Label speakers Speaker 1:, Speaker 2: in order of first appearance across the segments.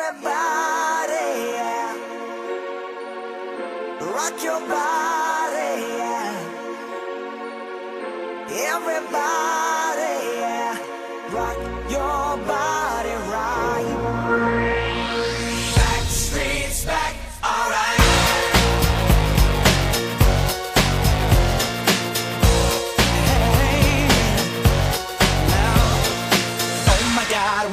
Speaker 1: Everybody, yeah. Rock your body, yeah. Everybody, yeah. Rock your body right. Back streets back, alright. Hey, now. Oh my god,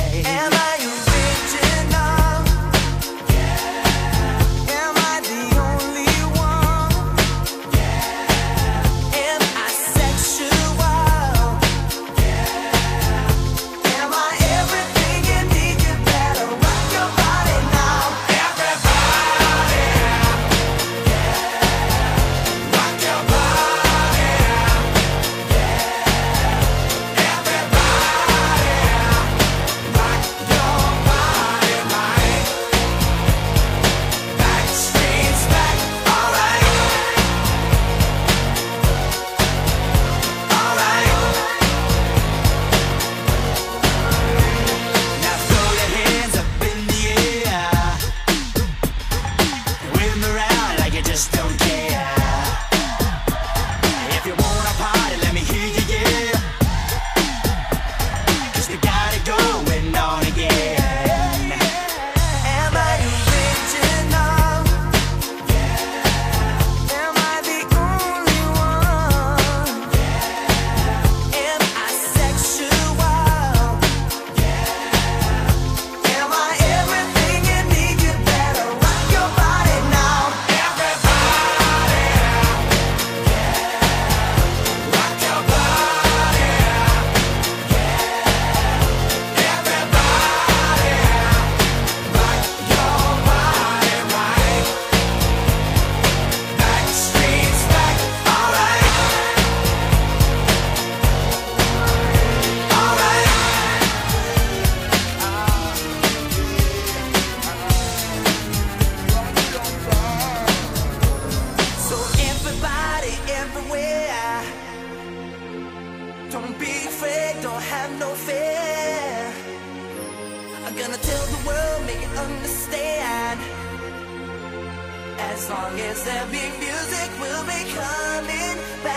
Speaker 1: Am I original? Am I the only one? Am I sexual? Am I everything you need? You better rock your body now. Everybody, rock your body. Everybody, rock your body right. Back streets back, alright, alright. Now throw your hands up in the air. Whip 'em around like you just don't care. If you wanna party, let me hear you, yeah. 'Cause we got it going on again. Am I original? Am I the only one? Am I sexual? Am I everything you need? You better rock your body now. Everybody, rock your body. Everybody, rock your body right. Back streets back, alright, alright. So everybody, everywhere. Don't be afraid, don't have no fear. I'm gonna tell the world, make it understand. As long as there be music, we'll be coming back.